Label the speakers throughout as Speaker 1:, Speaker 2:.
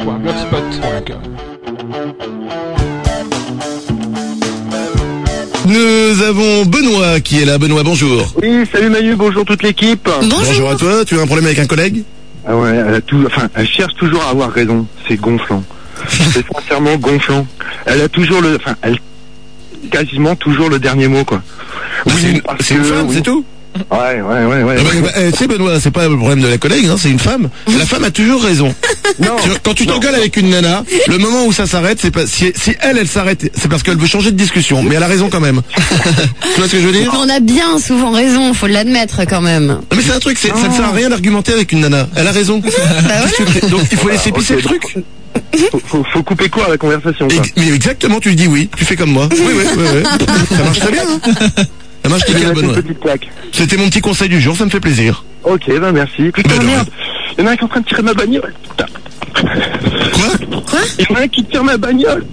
Speaker 1: Oncast.blogspot.com
Speaker 2: Nous avons Benoît qui est là. Benoît, bonjour.
Speaker 3: Oui, salut Manu, bonjour toute l'équipe.
Speaker 2: Bonjour à toi. Tu as un problème avec un collègue
Speaker 3: Ah ouais, elle, a tout, enfin, elle cherche toujours à avoir raison. C'est gonflant. C'est sincèrement gonflant. Elle a toujours le, enfin, elle quasiment toujours le dernier mot quoi.
Speaker 2: C'est une,
Speaker 3: parce
Speaker 2: c'est une
Speaker 3: que-
Speaker 2: femme,
Speaker 3: oui.
Speaker 2: c'est tout
Speaker 3: Ouais, ouais, ouais, ouais.
Speaker 2: Ah bah, bah, eh, Tu sais, Benoît, c'est pas le problème de la collègue, hein, c'est une femme. La femme a toujours raison.
Speaker 3: Non.
Speaker 2: Tu- Quand tu t'engueules avec une nana, le moment où ça s'arrête, c'est pas si, si elle, elle s'arrête, c'est parce qu'elle veut changer de discussion. Mais elle a raison quand même. tu vois ce que je veux dire
Speaker 4: Ah, On a bien souvent raison, faut l'admettre quand même.
Speaker 2: Non, mais c'est un truc, c'est- ça ne sert à rien d'argumenter avec une nana. Elle a raison.
Speaker 3: Bah
Speaker 2: Qu'est-ce que tu fais Donc il faut laisser pisser le truc.
Speaker 3: Faut, faut- faut couper court à la conversation. quoi.
Speaker 2: Ex- mais exactement, tu lui dis oui. Tu fais comme moi. Oui, oui, oui, oui. Ça marche très bien. hein. ça marche très
Speaker 3: Je vais
Speaker 2: bien,
Speaker 3: mettre
Speaker 2: Benoît.
Speaker 3: une petite claque.
Speaker 2: C'était mon petit conseil du jour, ça me fait plaisir.
Speaker 3: Ok, ben merci.
Speaker 2: Mais
Speaker 3: Putain
Speaker 2: de
Speaker 3: merde. Il y en a un qui est en train de tirer ma bagnole. Putain.
Speaker 2: Quoi
Speaker 3: Il y en a un qui tire ma bagnole.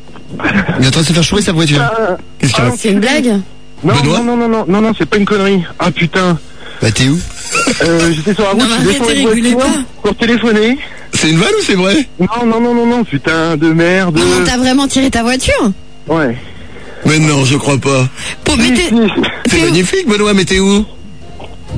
Speaker 2: Il est en train de se faire chouer sa voiture.
Speaker 3: Ah,
Speaker 2: Qu'est-ce qu'il
Speaker 3: ah,
Speaker 2: y a
Speaker 4: C'est une
Speaker 2: Euh.
Speaker 4: blague
Speaker 3: non,
Speaker 2: Benoît
Speaker 3: non, non, non, non, non, non, c'est pas une connerie. Ah putain.
Speaker 2: Bah t'es où
Speaker 3: Euh, J'étais sur la route,
Speaker 4: Non, mais
Speaker 3: je descends
Speaker 4: arrêtez,
Speaker 3: les
Speaker 4: rigolez
Speaker 3: voitures pour téléphoner.
Speaker 2: C'est une vanne ou c'est vrai
Speaker 3: Non, non, non, non, non, putain de merde.
Speaker 4: Non, t'as vraiment tiré ta voiture
Speaker 3: Ouais.
Speaker 2: Mais non, je crois pas.
Speaker 4: Pour mais t'es-
Speaker 2: C'est magnifique, Benoît, mais t'es où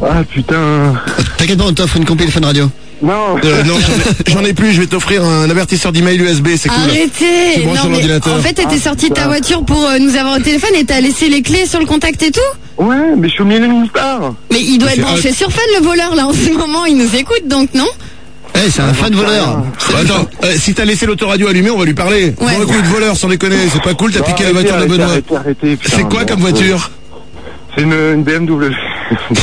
Speaker 3: Ah putain.
Speaker 2: T'inquiète pas, on t'offre une compil fun radio.
Speaker 3: Non.
Speaker 2: Euh, non, j'en ai- j'en ai plus, je vais t'offrir un avertisseur d'email USB, c'est cool. Tu
Speaker 4: Arrêtez
Speaker 2: branches sur l'ordinateur. Ah.
Speaker 4: En fait, t'étais sorti de ta voiture pour euh, nous avoir au téléphone et t'as laissé les clés sur le contact et tout
Speaker 3: Ouais, mais je suis au milieu d'une star.
Speaker 4: Mais il doit
Speaker 2: Mais
Speaker 4: être
Speaker 2: c'est
Speaker 4: branché sur Fun, le voleur, là, en ce moment, il nous écoute, donc non
Speaker 2: Eh, c'est un fan voleur. Attends, euh, si t'as laissé l'autoradio allumée, on va lui parler.
Speaker 4: Ouais.
Speaker 2: Bon, écoute, voleur, sans déconner, c'est pas cool, t'as piqué la
Speaker 3: Arrêtez,
Speaker 2: voiture de
Speaker 3: arrêtez,
Speaker 2: Benoît.
Speaker 3: arrêtez, arrêtez, putain,
Speaker 2: C'est quoi
Speaker 3: merde.
Speaker 2: comme voiture
Speaker 3: C'est une, une BMW.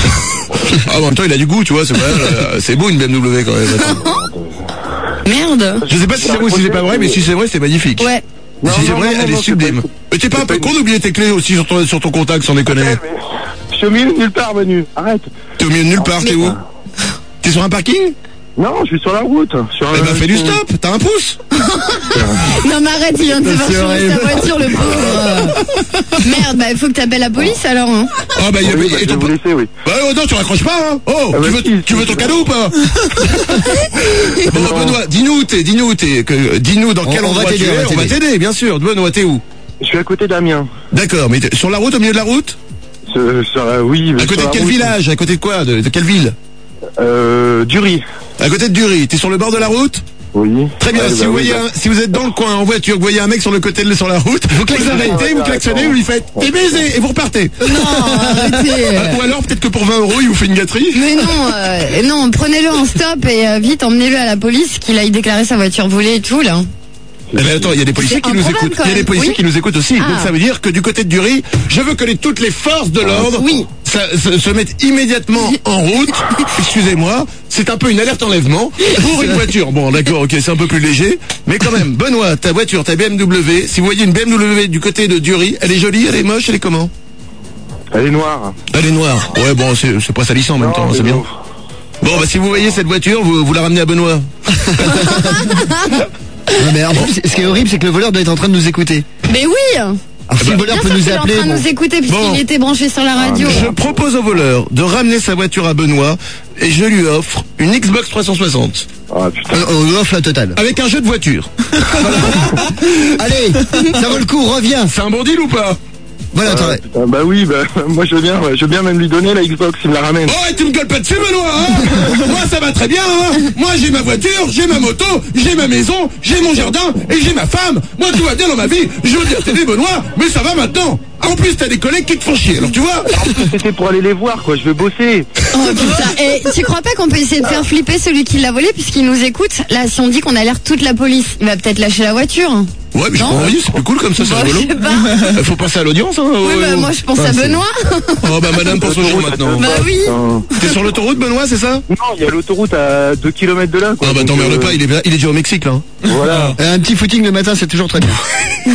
Speaker 2: Ah, en même temps, il a du goût, tu vois, c'est pas- euh, c'est beau une BMW quand même. Attends.
Speaker 4: Merde
Speaker 2: Je sais pas si c'est vrai ou si c'est pas vrai, mais si c'est vrai, c'est magnifique.
Speaker 4: Ouais.
Speaker 2: Et Si
Speaker 3: Non,
Speaker 2: c'est
Speaker 3: non,
Speaker 2: vrai,
Speaker 3: non, non,
Speaker 2: elle
Speaker 3: non,
Speaker 2: est
Speaker 3: c'est
Speaker 2: sublime.
Speaker 3: pas-
Speaker 2: Mais t'es pas un peu con d'oublier tes clés aussi sur ton, sur ton contact, sans déconner.
Speaker 3: Je suis au milieu de nulle part, Manu. Arrête.
Speaker 2: T'es au milieu de nulle part, t'es où T'es sur un parking
Speaker 3: Non, je suis sur la route. Sur
Speaker 2: Eh
Speaker 3: un-
Speaker 2: ben fais du stop, t'as un pouce
Speaker 4: Non, mais arrête, il vient de se faire
Speaker 2: C'est
Speaker 4: chouer sa
Speaker 2: horrible.
Speaker 4: voiture, le pauvre Merde, bah, il faut que t'appelles la police, alors, hein
Speaker 2: Ah bah, il y
Speaker 3: Oui,
Speaker 2: avait...
Speaker 3: bah,
Speaker 2: et
Speaker 3: je vais
Speaker 2: ton-
Speaker 3: vous laisser, oui.
Speaker 2: Bah oh, non, tu raccroches pas, hein Oh,
Speaker 3: Ah
Speaker 2: tu,
Speaker 3: bah,
Speaker 2: veux,
Speaker 3: si,
Speaker 2: tu
Speaker 3: si,
Speaker 2: veux ton
Speaker 3: si.
Speaker 2: cadeau ou pas Bon, Benoît, dis-nous où t'es, dis-nous où t'es, que- dis-nous dans quel
Speaker 5: on va
Speaker 2: endroit
Speaker 5: t'aider,
Speaker 2: tu
Speaker 5: on
Speaker 2: es,
Speaker 5: va
Speaker 2: on va
Speaker 5: t'aider.
Speaker 2: t'aider, bien sûr. Benoît, t'es où
Speaker 3: Je suis à côté d'Amiens.
Speaker 2: D'accord, mais t'es sur la route, au milieu de la route
Speaker 3: Ce- sur la- oui, mais
Speaker 2: À côté
Speaker 3: sur
Speaker 2: de
Speaker 3: la
Speaker 2: quel
Speaker 3: route.
Speaker 2: village À côté de quoi de, de quelle ville
Speaker 3: Euh, Dury.
Speaker 2: À côté de Dury, t'es sur le bord de la route
Speaker 3: Oui.
Speaker 2: Très bien,
Speaker 3: Ouais,
Speaker 2: si,
Speaker 3: bah
Speaker 2: vous
Speaker 3: oui,
Speaker 2: voyez
Speaker 3: bah-
Speaker 2: un- si vous êtes dans le coin en voiture, que vous voyez un mec sur le côté de sur la route, vous vous arrêtez, vous klaxonnez, vous lui faites t'es baisé et vous repartez.
Speaker 4: Arrêtez
Speaker 2: Ou alors peut-être que pour 20 euros, il vous fait une gâterie.
Speaker 4: Mais non, euh, non, prenez-le en stop et euh, vite emmenez-le à la police qu'il aille déclarer sa voiture volée et tout là.
Speaker 2: Eh ben attends, il y a des policiers
Speaker 4: C'est
Speaker 2: qui nous
Speaker 4: improbable,
Speaker 2: écoutent.
Speaker 4: quand
Speaker 2: Il y a des
Speaker 4: même.
Speaker 2: policiers
Speaker 4: Oui.
Speaker 2: qui nous écoutent aussi. Donc
Speaker 4: Ah.
Speaker 2: ça veut dire que du côté de Dury, je veux que les- toutes les forces de l'ordre
Speaker 4: Oui.
Speaker 2: ça- se, se mettent immédiatement en route. Excusez-moi, c'est un peu une alerte enlèvement pour une voiture. Bon, d'accord, ok, c'est un peu plus léger, mais quand même, Benoît, ta voiture, ta BMW. Si vous voyez une BMW du côté de Dury, elle est jolie, elle est moche, elle est comment
Speaker 3: Elle est noire.
Speaker 2: Elle est noire. Ouais, bon, c'est c'est pas salissant en même temps, hein,
Speaker 3: Non,
Speaker 2: c'est
Speaker 3: mais
Speaker 2: bien.
Speaker 3: bon.
Speaker 2: Bon, bah, si vous voyez cette voiture, vous, vous la ramenez à Benoît.
Speaker 5: Non, mais en plus, ce qui est horrible, c'est que le voleur doit être en train de nous écouter.
Speaker 4: Mais oui
Speaker 2: Eh
Speaker 5: Alors,
Speaker 2: ben,
Speaker 5: si le voleur
Speaker 4: Bien
Speaker 5: peut
Speaker 4: sûr
Speaker 5: nous
Speaker 4: qu'il est en
Speaker 5: appeler.
Speaker 4: train de
Speaker 5: bon.
Speaker 4: nous écouter puisqu'il
Speaker 2: Bon.
Speaker 4: était branché sur la radio.
Speaker 2: Je propose au voleur de ramener sa voiture à Benoît et je lui offre une Xbox 360
Speaker 3: Ah, putain.
Speaker 5: Euh, On lui offre la totale.
Speaker 2: avec un jeu de voiture.
Speaker 5: Allez, ça vaut le coup, reviens.
Speaker 2: C'est un bon deal ou pas
Speaker 5: Voilà, attends.
Speaker 3: Ah, putain, bah oui, bah, moi je veux bien, ouais, je veux bien même lui donner la Xbox, il me la ramène.
Speaker 2: Oh, et tu me gueules pas dessus, Benoît hein Moi, ça va très bien. Hein Moi, j'ai ma voiture, j'ai ma moto, j'ai ma maison, j'ai mon jardin et j'ai ma femme. Moi, tout va bien dans ma vie. Je veux dire, t'es né, Benoît, mais ça va maintenant. En plus, t'as des collègues qui te font chier. Alors, tu vois
Speaker 3: Eh, C'était pour aller les voir, quoi, je veux bosser.
Speaker 4: Oh putain. Et tu crois pas qu'on peut essayer de faire flipper celui qui l'a volé puisqu'il nous écoute Là, si on dit qu'on alerte toute la police, il va peut-être lâcher la voiture.
Speaker 2: Ouais, mais je
Speaker 4: Non.
Speaker 2: comprends rien, c'est plus cool comme ça, c'est
Speaker 4: Bah,
Speaker 2: rigolo.
Speaker 4: je sais pas.
Speaker 2: Euh, Faut passer à l'audience, hein.
Speaker 4: Oui,
Speaker 2: ouais,
Speaker 4: bah,
Speaker 2: ouais.
Speaker 4: moi je pense à Benoît.
Speaker 2: Oh, bah, madame, pense au jeu maintenant.
Speaker 4: Bah oui.
Speaker 3: Putain.
Speaker 2: T'es sur l'autoroute, Benoît, c'est ça
Speaker 3: Non, il y a l'autoroute à 2 km de là, quoi.
Speaker 2: Ah bah
Speaker 3: donc,
Speaker 2: t'emmerdes
Speaker 3: euh,
Speaker 2: pas, il est, il est déjà au Mexique là. hein.
Speaker 3: Voilà.
Speaker 5: Euh, Un petit footing le matin, c'est toujours très bien.
Speaker 3: Ah,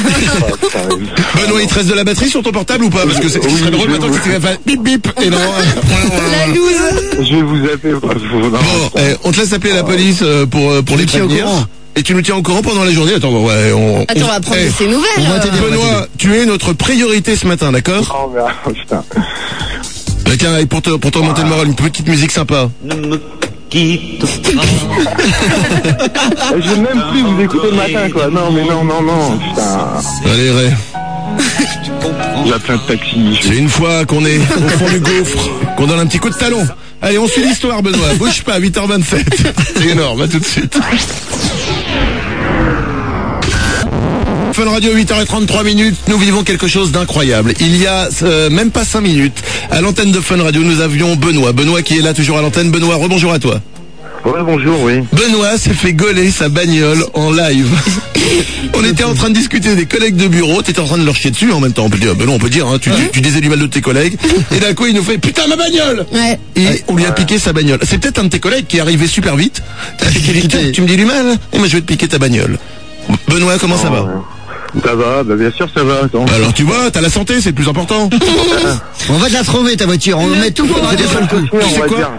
Speaker 3: putain, oui.
Speaker 2: Benoît, il te reste de la batterie sur ton portable ou pas Parce que c'est ce qui serait drôle maintenant que tu vas faire bip bip et non. hein. Voilà, voilà,
Speaker 4: La
Speaker 2: voilà.
Speaker 4: loose.
Speaker 3: Je vais vous appeler. parce que vous- non,
Speaker 2: Bon, eh, on te laisse appeler la police euh, pour, euh, pour les
Speaker 5: nous tiens au
Speaker 2: prévenir.
Speaker 5: courant.
Speaker 2: Et tu nous tiens au courant pendant la journée. Attends, ouais, on.
Speaker 4: Attends, on va prendre
Speaker 2: eh,
Speaker 4: de ses nouvelles. euh.
Speaker 5: on va
Speaker 4: alors.
Speaker 5: t'aider.
Speaker 2: Benoît, tu es notre priorité ce matin, d'accord
Speaker 3: Oh, merde, putain.
Speaker 2: Bah, Tiens, et pour te, pour te remonter le moral, une petite musique sympa.
Speaker 6: Ne me quitte
Speaker 3: Je vais même plus vous écouter le matin, quoi. Non, mais non, non, non. Putain,
Speaker 2: Allez, Ray.
Speaker 3: la plein de taxi. je-
Speaker 2: C'est une fois qu'on est au fond du gouffre, qu'on donne un petit coup de talon. Allez, on suit l'histoire, Benoît. Bouge pas, 8h27. C'est énorme, à tout de suite. Fun Radio 8h33 minutes, nous vivons quelque chose d'incroyable. Il y a euh, même pas 5 minutes, à l'antenne de Fun Radio, nous avions Benoît. Benoît qui est là toujours à l'antenne. Benoît, rebonjour à toi.
Speaker 3: Ouais, bonjour, oui.
Speaker 2: Benoît s'est fait gauler sa bagnole en live. on était en train de discuter des collègues de bureau, t'étais en train de leur chier dessus en même temps. On peut dire, ben non, on peut dire, hein, tu, tu, tu disais du mal de tes collègues. Et d'un coup, il nous fait, putain, ma bagnole
Speaker 4: Ouais.
Speaker 2: et on lui a piqué sa bagnole. C'est peut-être un de tes collègues qui est arrivé super vite. T'as piqué quelqu'un,
Speaker 5: Piqué.
Speaker 2: tu me dis du mal Et moi je vais te piquer ta bagnole. Benoît, comment ça
Speaker 5: Oh,
Speaker 2: va
Speaker 3: Ça va, bah, bien sûr, ça va. Attends.
Speaker 2: Bah Alors tu vois, t'as la santé, c'est le plus important.
Speaker 5: On va te la trouver ta voiture, on va mettre tout pour des seuls coups.
Speaker 3: on
Speaker 2: sais
Speaker 3: va
Speaker 2: quoi
Speaker 3: dire.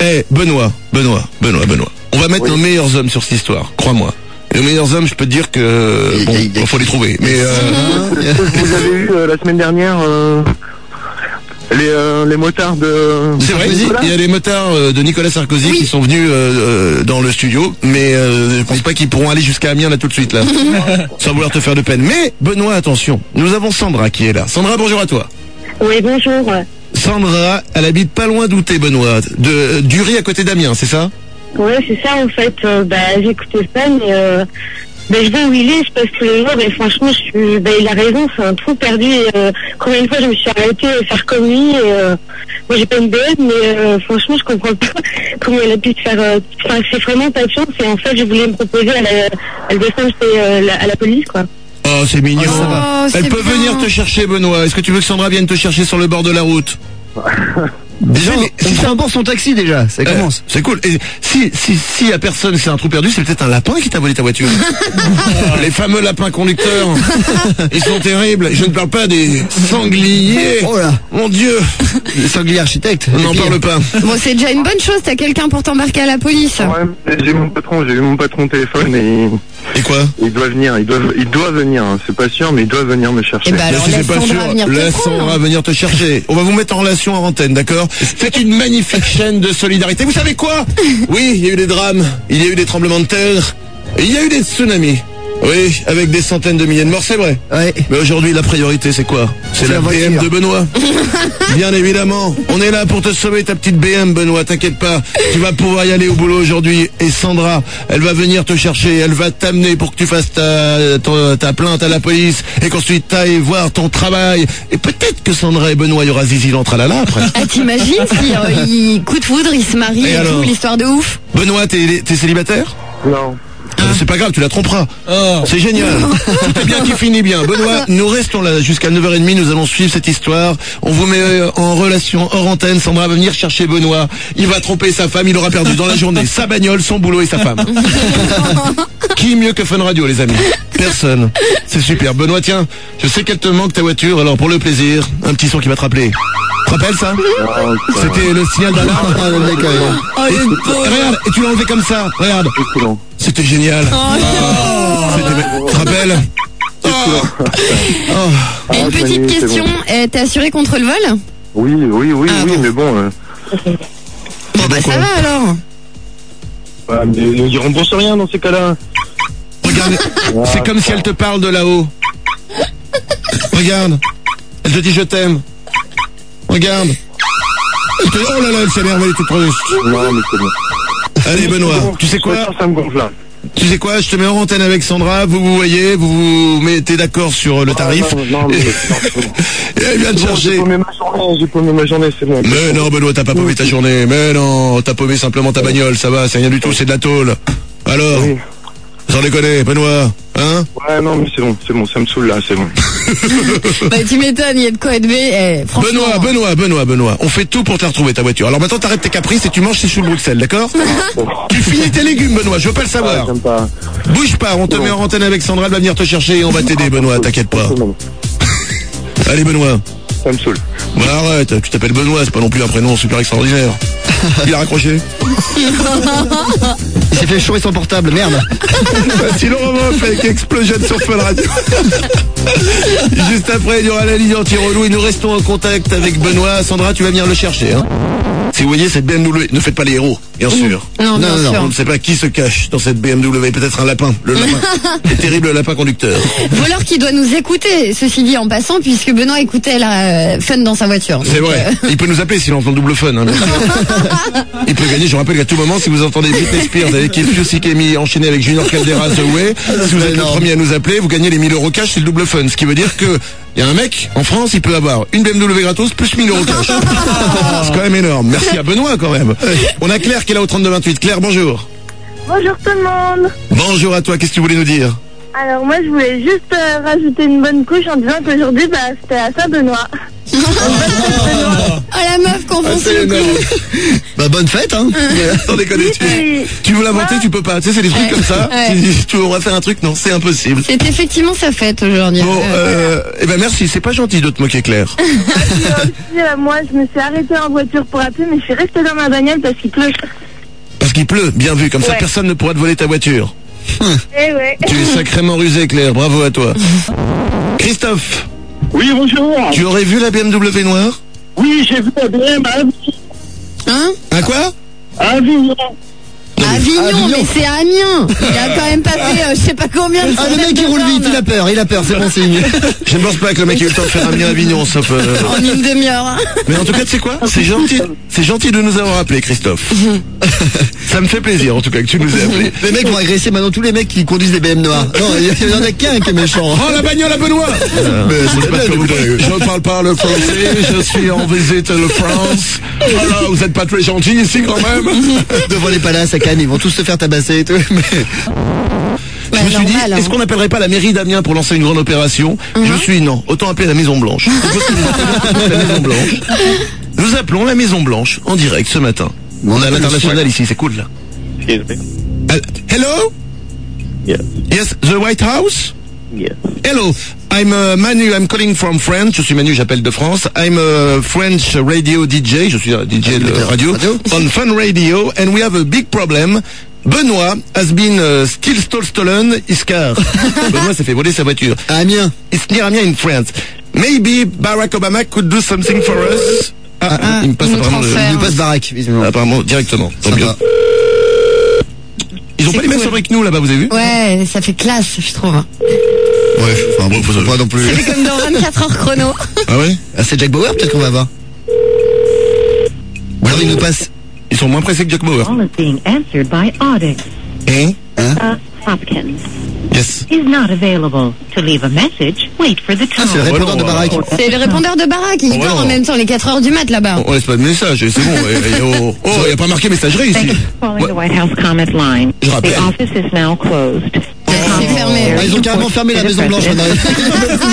Speaker 2: Eh, Benoît, Benoît, Benoît, Benoît. On va mettre
Speaker 3: Oui.
Speaker 2: nos meilleurs hommes sur cette histoire, crois-moi. Et nos meilleurs hommes, je peux te dire que...
Speaker 5: Et-
Speaker 2: Bon,
Speaker 5: et- et-
Speaker 2: faut les trouver. Mais... euh,
Speaker 3: Est-ce que Vous avez eu euh, la semaine dernière euh, les, euh, les motards de.
Speaker 2: C'est vrai,
Speaker 3: Nicolas
Speaker 2: il y a les motards euh, de Nicolas Sarkozy qui sont venus euh, euh, dans le studio, mais euh, je pense pas qu'ils pourront aller jusqu'à Amiens là tout de suite là, sans vouloir te faire de peine. Mais Benoît, attention, nous avons Sandra qui est là. Sandra, bonjour à toi.
Speaker 7: Oui, bonjour.
Speaker 2: Sandra, elle habite pas loin d'où t'es, Benoît, de euh, Dury à côté d'Amiens, c'est ça
Speaker 7: Oui, c'est ça, en fait. Euh, bah, j'écoutais pas, mais euh, bah, je vais où il est, je passe tous les jours, mais franchement, je suis, bah, il a raison, c'est un trou perdu. et, euh, combien de fois je me suis arrêtée à faire comme lui et, euh, Moi, j'ai pas une BM, mais euh, franchement, je comprends pas comment elle a pu se faire... euh, Enfin, c'est vraiment pas de chance, et en fait, je voulais me proposer à la, à le descendre chez, euh, la- à la police, quoi.
Speaker 2: Oh, c'est mignon.
Speaker 5: Oh, ça va.
Speaker 4: Oh,
Speaker 2: elle
Speaker 4: c'est
Speaker 2: peut
Speaker 4: bien.
Speaker 2: venir te chercher, Benoît. Est-ce que tu veux que Sandra vienne te chercher sur le bord de la route Déjà, mais
Speaker 5: On fait un bord son taxi déjà, ça
Speaker 2: Eh,
Speaker 5: commence.
Speaker 2: C'est cool. Et si si si à personne c'est un trou perdu, c'est peut-être un lapin qui t'a volé ta voiture. Oh, Les fameux lapins conducteurs, ils sont terribles. Je ne parle pas des sangliers.
Speaker 5: Oh là.
Speaker 2: Mon Dieu,
Speaker 5: Le sanglier architecte.
Speaker 2: on
Speaker 5: les
Speaker 2: n'en
Speaker 5: pires.
Speaker 2: parle pas.
Speaker 4: Bon, c'est déjà une bonne chose, t'as quelqu'un pour t'embarquer à la police.
Speaker 3: Ouais, mais j'ai mon patron, j'ai eu mon patron au téléphone et
Speaker 2: Et quoi
Speaker 3: il doit venir, il doit, il doit venir. hein. C'est pas sûr, mais il doit venir me chercher.
Speaker 4: Eh ben, alors,
Speaker 2: si
Speaker 4: laisse
Speaker 2: c'est pas
Speaker 4: Sandra
Speaker 2: sûr,
Speaker 4: venir te
Speaker 2: laisse
Speaker 4: prendre.
Speaker 2: Sandra venir te chercher. On va vous mettre en relation en antenne, d'accord Faites une magnifique chaîne de solidarité. Vous savez quoi Oui, il y a eu des drames, il y a eu des tremblements de terre, et il y a eu des tsunamis. Oui, avec des centaines de milliers de morts, c'est vrai.
Speaker 5: Ouais.
Speaker 2: Mais aujourd'hui, la priorité, c'est quoi C'est
Speaker 5: C'est
Speaker 2: la
Speaker 5: la
Speaker 2: BM
Speaker 5: voiture.
Speaker 2: de Benoît. Bien évidemment. On est là pour te sauver ta petite BM, Benoît. T'inquiète pas. Tu vas pouvoir y aller au boulot aujourd'hui. Et Sandra, elle va venir te chercher. Elle va t'amener pour que tu fasses ta, ta, ta plainte à la police. Et qu'ensuite, t'ailles voir ton travail. Et peut-être que Sandra et Benoît, il y aura Zizi l'entralala après.
Speaker 4: Ah, t'imagines si euh, il coup de foudre, il se marie
Speaker 2: Et
Speaker 4: et,
Speaker 2: alors
Speaker 4: tout, l'histoire de ouf.
Speaker 2: Benoît, t'es t'es célibataire
Speaker 3: Non.
Speaker 2: Euh, C'est pas grave, tu la tromperas. C'est génial. Tout est bien qui finit bien. Benoît, nous restons là jusqu'à 9h30. Nous allons suivre cette histoire. On vous met euh, en relation hors antenne. Sandra va venir chercher Benoît. Il va tromper sa femme. Il aura perdu dans la journée sa bagnole, son boulot et sa femme. qui mieux que Fun Radio, les amis Personne. C'est super. Benoît, tiens, je sais qu'elle te manque ta voiture. Alors pour le plaisir, un petit son qui va te rappeler. Tu te rappelles ça
Speaker 3: Ah, putain,
Speaker 2: C'était le signal d'alarme.
Speaker 5: Ah, le mec, euh,
Speaker 2: Et- regarde, et tu l'as enlevé comme ça. Regarde.
Speaker 3: excellent.
Speaker 2: C'était génial. Ah. C'était ma- Tu te rappelles Oh.
Speaker 4: Et
Speaker 3: Ah, ça
Speaker 4: une
Speaker 3: y est,
Speaker 4: petite
Speaker 3: c'est
Speaker 4: question,
Speaker 3: bon.
Speaker 4: euh, t'es assuré contre le vol
Speaker 3: Oui, oui, oui,
Speaker 4: Ah,
Speaker 3: oui,
Speaker 4: bon.
Speaker 3: mais bon. euh,
Speaker 4: Bon, bah ça va alors.
Speaker 3: bah, mais ils remboursent rien dans ces cas-là.
Speaker 2: Regarde, c'est comme si elle te parle de là-haut. Regarde, elle te dit je t'aime. Regarde. Elle te- Oh là là, elle s'énerve, elle est toute proche.
Speaker 3: Non, mais c'est bon.
Speaker 2: Allez Benoît, Ah, tu sais
Speaker 3: Ouais,
Speaker 2: quoi
Speaker 3: Ça me gonfle là.
Speaker 2: Tu sais quoi Je te mets en antenne avec Sandra, vous vous voyez, vous vous mettez d'accord sur le tarif.
Speaker 3: Ah, non, non, mais non, c'est bon.
Speaker 2: Et elle vient te
Speaker 3: C'est bon, J'ai
Speaker 2: chercher.
Speaker 3: paumé ma journée, j'ai paumé ma journée, c'est bon.
Speaker 2: Mais non Benoît, t'as pas paumé ta journée. Mais non, t'as paumé simplement ta bagnole, ça va, c'est rien du tout, c'est de la tôle. Alors,
Speaker 3: Oui.
Speaker 2: sans déconner, Benoît, hein
Speaker 3: Ouais, non, mais c'est bon, c'est bon, ça me saoule là, c'est bon.
Speaker 4: Bah tu m'étonnes, il y a de quoi être bé- eh, franchement.
Speaker 2: Benoît, bah. Benoît, Benoît, Benoît, on fait tout pour te la retrouver ta voiture. Alors maintenant t'arrêtes tes caprices et tu manges chez Choux de Bruxelles, d'accord Tu finis tes légumes Benoît, je veux pas le
Speaker 3: Ah,
Speaker 2: savoir.
Speaker 3: j'aime pas.
Speaker 2: Bouge pas, on te met en antenne avec Sandra, elle va venir te chercher et on va t'aider Benoît, t'inquiète pas.
Speaker 3: C'est bon,
Speaker 2: Allez Benoît.
Speaker 3: Ça me saoule.
Speaker 2: Bon arrête, tu t'appelles Benoît, c'est pas non plus un prénom super extraordinaire. Il a raccroché.
Speaker 5: Il s'est fait chourer son portable, merde.
Speaker 2: Voici Laurent Wolf avec Explosion sur Fun Radio. Juste après, il y aura la ligne anti-relou et nous restons en contact avec Benoît. Sandra, tu vas venir le chercher. Hein. Si vous voyez cette BMW, ne faites pas les héros, bien sûr.
Speaker 4: Non, bien
Speaker 5: Non, non, non,
Speaker 4: sûr.
Speaker 2: On ne sait pas qui se cache dans cette BMW, peut-être un lapin, le lapin, le terrible lapin conducteur.
Speaker 4: Voleur qui doit nous écouter, ceci dit en passant, puisque Benoît écoutait la euh, fun dans sa voiture.
Speaker 2: C'est vrai. Il peut nous appeler s'il entend double fun. hein, bien sûr. Il peut gagner, je rappelle qu'à tout moment, si vous entendez Britney Spears avec Elfio Sikemi enchaîné avec Junior Caldera The Way, si vous êtes le premier à nous appeler, vous gagnez les 1000 euros cash, c'est le double fun. Ce qui veut dire que il y a un mec en France, il peut avoir une BMW gratos plus 1000 euros cash. C'est quand même énorme. Merci à Benoît quand même. On a Claire qui est là au 3228. Claire, bonjour.
Speaker 7: Bonjour tout le monde.
Speaker 2: Bonjour à toi, qu'est-ce que tu voulais nous dire
Speaker 7: Alors moi je voulais juste euh, rajouter une bonne couche en disant qu'aujourd'hui bah, c'était à Saint-Benoît.
Speaker 4: Oh la meuf qu'on
Speaker 2: Ah,
Speaker 4: fonce le cou.
Speaker 5: Bah bonne fête, hein.
Speaker 2: Sans déconner, tu, tu veux l'inventer, tu peux pas. Tu sais, c'est des trucs
Speaker 4: Ouais.
Speaker 2: comme ça.
Speaker 4: Ouais.
Speaker 2: Tu dis, Tu voudrais faire un truc, non, c'est impossible.
Speaker 4: C'est effectivement sa fête aujourd'hui.
Speaker 2: Bon,
Speaker 4: Euh,
Speaker 2: euh, eh ben merci, c'est pas gentil de te moquer Claire.
Speaker 7: Puis, euh, moi je me suis arrêtée en voiture pour appeler mais je suis restée dans ma bagnole parce qu'il pleut.
Speaker 2: Parce qu'il pleut, bien vu, comme ça
Speaker 7: Ouais.
Speaker 2: personne ne pourra te voler ta voiture.
Speaker 7: Eh ouais.
Speaker 2: Tu es sacrément rusé Claire, bravo à toi. Christophe,
Speaker 3: Oui, bonjour.
Speaker 2: tu aurais vu la BMW noire
Speaker 3: Oui, j'ai vu la BM à Avignon.
Speaker 4: Hein
Speaker 2: Un quoi
Speaker 3: À Avignon.
Speaker 4: À Avignon,
Speaker 5: Avignon.
Speaker 4: mais c'est à Amiens. Il a quand même pas fait, euh, je sais pas combien de
Speaker 5: Ah le
Speaker 4: kilomètres
Speaker 5: mec il
Speaker 4: de
Speaker 5: roule vite,
Speaker 4: bornes
Speaker 5: il a peur, il a peur, c'est bon signe.
Speaker 2: Je ne pense pas que le mec ait eu le temps de faire un bien Avignon, sauf... euh,
Speaker 4: En une demi-heure. hein.
Speaker 2: Mais en tout cas, tu sais quoi C'est gentil, c'est gentil de nous avoir appelé Christophe. ça me fait plaisir en tout cas que tu nous aies appelé.
Speaker 5: Mhm. Les mecs vont agresser maintenant tous les mecs qui conduisent des BM noirs. Non, il y en a qu'un qui est méchant. Euh,
Speaker 2: Oh la bagnole à Benoît Je ne parle pas le français, je suis en visite de France. Voilà, vous n'êtes pas très gentil ici quand même.
Speaker 5: Mhm. Devant les palaces à Cannes, ils vont tous se faire tabasser et tout. Mais-
Speaker 4: Ouais,
Speaker 2: je me suis dit,
Speaker 4: normal, hein. Mhm.
Speaker 2: est-ce qu'on n'appellerait pas la mairie d'Amiens pour lancer une grande opération Je me suis dit, non, autant appeler la Maison Blanche. la Maison Blanche. Nous appelons la Maison Blanche en direct ce matin. On a l'international ici, c'est cool là.
Speaker 6: Excuse me.
Speaker 2: Euh, hello
Speaker 6: Yes.
Speaker 2: Yes, the White House
Speaker 6: Yes.
Speaker 2: Hello, I'm uh, Manu, I'm calling from France. Je suis Manu, j'appelle de France. I'm a French radio DJ, je suis un DJ de radio,
Speaker 5: radio.
Speaker 2: on Fun Radio, and we have a big problem. Benoît has been uh, still stole- stolen his car. Benoît s'est fait voler sa voiture.
Speaker 5: À Amiens.
Speaker 2: It's near Amiens in France. Maybe Barack Obama could do something for us. Ah, il me passe
Speaker 4: il nous
Speaker 2: apparemment, le-
Speaker 4: transfère.
Speaker 5: Il nous passe baraque, visiblement.
Speaker 2: apparemment directement. Tant mieux.
Speaker 5: Mmh. Sympa.
Speaker 2: Ils ont pas les mêmes
Speaker 4: cool.
Speaker 2: sonneries que nous là-bas, vous avez vu
Speaker 4: Ouais, ça fait classe, je trouve.
Speaker 5: Ouais, enfin bon, faut pas non plus.
Speaker 4: C'est comme dans 24 heures chrono.
Speaker 2: Ah ouais
Speaker 5: Ah, c'est Jack Bauer peut-être qu'on va voir. Ou alors il nous passe.
Speaker 2: Ils sont moins pressés que Jack Bauer.
Speaker 8: Call is being answered by Audix.
Speaker 5: Eh,
Speaker 2: Hein
Speaker 8: Uh, Hopkins
Speaker 2: Yes.
Speaker 8: is not available. To leave a message, wait for the
Speaker 5: Ah, c'est le
Speaker 8: tone.
Speaker 5: répondeur de baraque.
Speaker 4: C'est le répondeur de Barack, il
Speaker 2: Oh,
Speaker 4: dort
Speaker 2: ouais,
Speaker 4: en
Speaker 2: non.
Speaker 4: même temps les 4 heures du mat là-bas.
Speaker 2: On laisse pas de message, c'est bon. eh, eh, oh, oh, il n'y a pas marqué messagerie ici.
Speaker 8: Thanks for calling
Speaker 2: Ouais.
Speaker 8: the White House comment line.
Speaker 2: Je rappelle.
Speaker 8: The office is now closed.
Speaker 4: C'est fermé.
Speaker 5: Ah, ils ont carrément fermé la Maison Blanche. maintenant.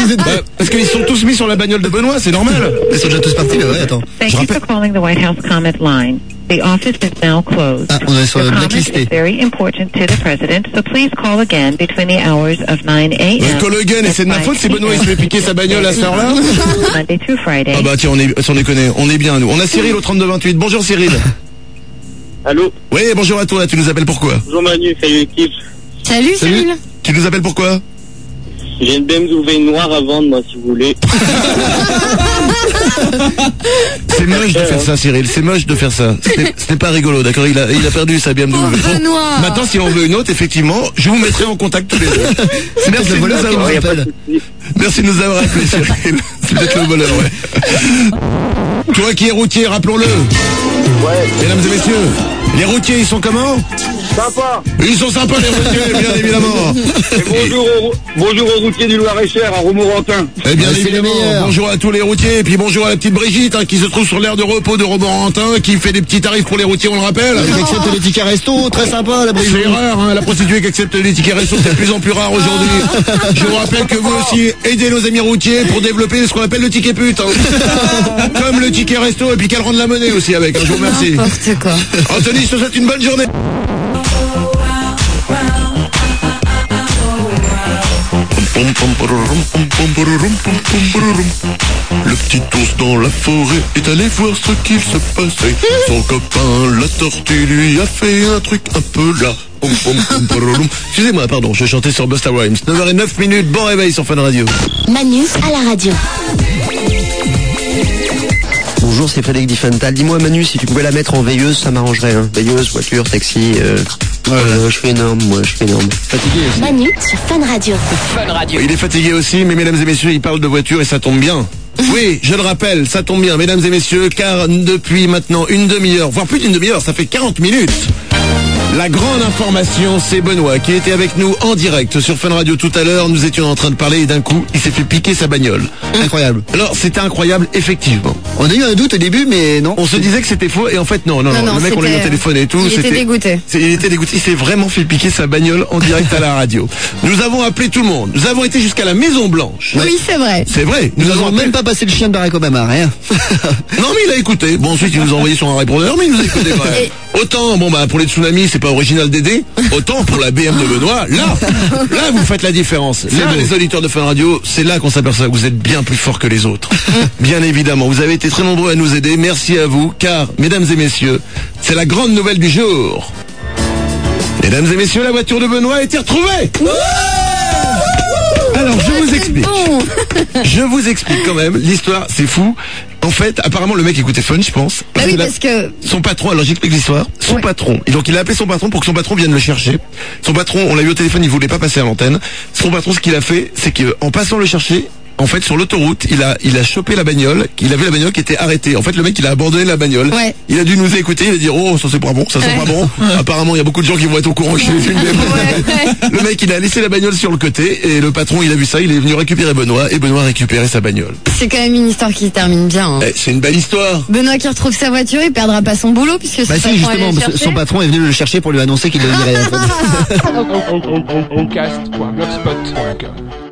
Speaker 5: Ils étaient-
Speaker 2: Bah, parce qu'ils sont tous mis sur la bagnole de Benoît, c'est normal.
Speaker 5: Ils sont déjà tous partis, mais ouais, attends.
Speaker 8: Thank
Speaker 2: Je
Speaker 8: you for
Speaker 2: rappelle.
Speaker 8: calling the White House comment line. The office is now closed.
Speaker 5: Ah, on est sur
Speaker 8: Your
Speaker 5: le
Speaker 8: comment
Speaker 5: blacklisté.
Speaker 8: is very important to the president, so please call again between the hours of 9
Speaker 2: Euh,
Speaker 8: a.m.
Speaker 2: call again, et c'est de ma faute si Benoît, il se fait piquer sa bagnole à cette heure-là
Speaker 8: Monday through Friday.
Speaker 2: Ah bah tiens, on est, sans déconner, on est bien nous. On a Cyril au 3228. Bonjour Cyril.
Speaker 6: Allô
Speaker 2: Oui, bonjour à toi. Tu nous appelles pourquoi
Speaker 6: Bonjour Manu, salut l'équipe.
Speaker 4: Salut, Cyril.
Speaker 2: Tu nous appelles pourquoi
Speaker 6: J'ai une BMW noire à vendre, moi, si vous voulez.
Speaker 2: C'est moche de faire ça, Cyril. C'est moche de faire ça. C'était- C'était pas rigolo, d'accord il a, il a perdu sa BMW.
Speaker 4: Oh, Benoît.
Speaker 2: Maintenant, si on veut une autre, effectivement, je vous mettrai en contact tous les deux. Merci de nous
Speaker 5: voleur qui
Speaker 2: avoir-
Speaker 5: nous
Speaker 6: y a pas
Speaker 5: appelle.
Speaker 6: de souci.
Speaker 2: Merci de nous avoir appelés, Cyril. C'est peut-être le voleur, ouais. Toi qui es routier, rappelons-le. Mesdames et messieurs, les routiers, ils sont comment
Speaker 6: Sympa
Speaker 2: Ils sont sympas, les routiers, bien évidemment.
Speaker 6: Et bonjour aux, bonjour aux routiers du Loir-et-Cher, à Romorantin.
Speaker 2: Et Eh bien
Speaker 5: Ouais, Euh, c'est les
Speaker 2: évidemment,
Speaker 5: meilleurs.
Speaker 2: bonjour à tous les routiers, et puis bonjour à la petite Brigitte, hein, qui se trouve sur l'aire de repos de Romorantin, qui fait des petits tarifs pour les routiers, on le rappelle.
Speaker 5: Ils acceptent les tickets resto, très sympa
Speaker 2: C'est
Speaker 5: la Brigitte.
Speaker 2: erreur, hein, la prostituée qui accepte les tickets resto, c'est de plus en plus rare aujourd'hui.
Speaker 5: Ah.
Speaker 2: Je vous rappelle que vous aussi, aidez nos amis routiers pour développer ce qu'on appelle le ticket pute. hein. Comme le ticket resto, et puis qu'elle rende la monnaie aussi avec. hein, je vous remercie.
Speaker 4: N'importe quoi.
Speaker 2: Anthony, je te souhaite une bonne journée. Le petit ours dans la forêt est allé voir ce qu'il se passait. Son copain, la tortue, lui a fait un truc un peu là. Pom, pom, pom, pororoum. Excusez-moi, pardon, je chantais sur Busta Rhymes. 9h09 minutes, bon réveil sur Fun Radio.
Speaker 9: Manu à la radio.
Speaker 5: Bonjour, c'est Frédéric Diffental. Dis-moi, Manu, si tu pouvais la mettre en veilleuse, ça m'arrangerait. hein. Veilleuse, voiture, taxi. euh, euh, je fais énorme, moi, je fais énorme.
Speaker 9: Manu sur Fun Radio.
Speaker 2: Il est fatigué aussi, mais mesdames et messieurs, il parle de voiture et ça tombe bien. Oui, je le rappelle, ça tombe bien, mesdames et messieurs, car depuis maintenant une demi-heure, voire plus d'une demi-heure, ça fait 40 minutes. La grande information, c'est Benoît qui était avec nous en direct sur Fun Radio tout à l'heure. Nous étions en train de parler et d'un coup, il s'est fait piquer sa bagnole.
Speaker 5: Incroyable.
Speaker 2: Alors, c'était incroyable, effectivement.
Speaker 5: On a eu un doute au début, mais non.
Speaker 2: On se disait que c'était faux et en fait, non, non, non.
Speaker 4: Non, non,
Speaker 2: le mec, on l'a eu au
Speaker 4: c'était-
Speaker 2: téléphone et tout.
Speaker 4: il était
Speaker 2: c'était-
Speaker 4: dégoûté.
Speaker 2: c'est- Il était dégoûté. Il s'est vraiment fait piquer sa bagnole en direct à la radio. Nous avons appelé tout le monde. Nous avons été jusqu'à la Maison Blanche.
Speaker 4: Oui, c'est vrai.
Speaker 2: C'est vrai.
Speaker 5: Nous
Speaker 2: Nous avons
Speaker 5: n'avons même
Speaker 2: même
Speaker 5: pas passé le chien de Barack Obama, rien.
Speaker 2: Non mais il a écouté. Bon ensuite il nous a envoyé sur un répondeur, mais il nous a écouté quand même. Autant bon bah pour les tsunamis c'est pas original d'aider, autant pour la BM de Benoît, là, là vous faites la différence. Là les auditeurs de Fun Radio, c'est là qu'on s'aperçoit que vous êtes bien plus forts que les autres. bien évidemment, vous avez été très nombreux à nous aider, merci à vous, car mesdames et messieurs, c'est la grande nouvelle du jour. Mesdames et messieurs, la voiture de Benoît a été retrouvée Alors je vous
Speaker 4: C'est
Speaker 2: explique.
Speaker 4: bon. Bah
Speaker 2: Je vous explique quand même, l'histoire, c'est fou. En fait, apparemment, le mec écoutait Fun, je pense.
Speaker 4: Bah oui,
Speaker 2: qu'il a-
Speaker 4: parce que
Speaker 2: Son patron, alors j'explique l'histoire, son
Speaker 4: Ouais.
Speaker 2: patron, et donc il a appelé son patron pour que son patron vienne le chercher. Son patron, on l'a eu au téléphone, il voulait pas passer à l'antenne. Son patron, ce qu'il a fait, c'est qu'en passant le chercher, en fait, sur l'autoroute, il a, il a chopé la bagnole, il avait la bagnole qui était arrêtée. En fait, le mec, il a abandonné la bagnole.
Speaker 4: Ouais.
Speaker 2: Il a dû nous écouter, il a dit, oh, ça c'est pas bon, ça c'est
Speaker 4: Ouais.
Speaker 2: pas bon. Apparemment, il y a beaucoup de gens qui vont être au courant que je suis une des- le mec, il a laissé la bagnole sur le côté, et le patron, il a vu ça, il est venu récupérer Benoît, et Benoît a récupéré sa bagnole.
Speaker 4: c'est quand même une histoire qui se termine bien. hein.
Speaker 2: Eh, c'est une belle histoire.
Speaker 4: Benoît qui retrouve sa voiture, il perdra pas son boulot puisque son
Speaker 5: Bah
Speaker 4: patron
Speaker 5: si,
Speaker 4: allait
Speaker 5: justement,
Speaker 4: le
Speaker 5: parce que
Speaker 4: chercher.
Speaker 5: son patron est venu le chercher pour lui annoncer qu'il le virait.
Speaker 1: oncast.blogspot.com